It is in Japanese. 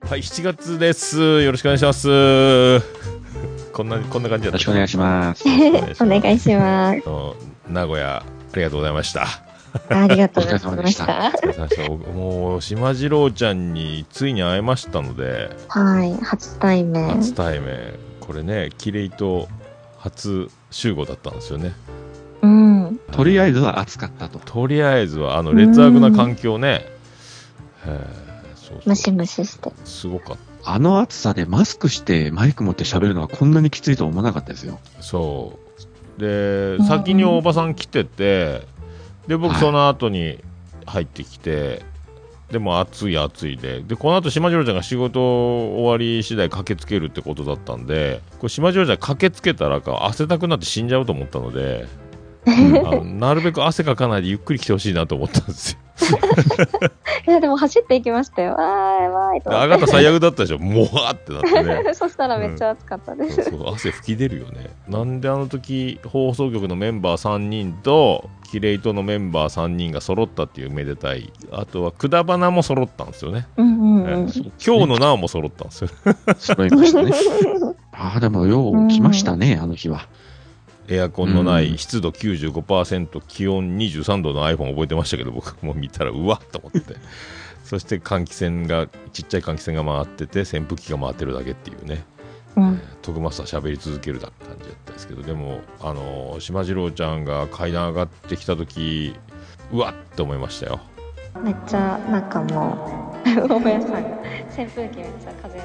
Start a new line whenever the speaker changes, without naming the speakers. はい、7月です。よろしくお願いします。こんな、こんな感じだ
よ
った。
ろしくお願いします。
お
お
願いし
願いします。
ますうん名古屋、ありがとうございました。
ありがとうございまし
お
た。
お疲れ様でしたおもう、島次郎ちゃんについに会えましたので、
はい、初対面。
初対面。これね、キレイと初集合だったんですよね。
うん。
とりあえずは暑かったと。
とりあえずは、あの、劣悪な環境ね。へえそう
ム
そ
シムシして。
う。すごかった。
あの暑さでマスクしてマイク持って喋るのはこんなにきついとは思わなかったですよ。
そうで先におばさん来ててで僕
はい
その後に入ってきて、でも暑い暑いででこの後島次郎ちゃんが仕事終わり次第駆けつけるってことだったんでこれ島次郎ちゃん駆けつけたらか汗だくなって死んじゃうと思ったのであのなるべく汗かかないでゆっくり来てほしいなと思ったんですよ
いや、でも走っていきましたよ。わーい、わーいと
で上
思
がった最悪だったでしょもわーってなってね
って。そしたらめっちゃ暑かったです。
そうそう汗吹き出るよねなんであの時放送局のメンバー3人とキレイトのメンバー3人が揃ったっていうめでたいあとはくだばなも揃ったんですよね、
うんう
え
んうん。
ー今日のなおも揃ったんですよ
揃いました ね。ああ、でもよう来ましたね、あの日は。
エアコンのな
う
い
ん
湿度95%気温23度の iPhone 覚えてましたけど僕も見たらうわっと思ってそして換気扇がちっちゃい換気扇が回ってて扇風機が回ってるだけっていうね
うん
徳マスター喋り続けるだ感じだったんですけどでもあの島次郎ちゃんが階段上がってきた時うわっって思いましたよ
めっちゃ、なんかもう、大家さん、扇風機めっちゃ風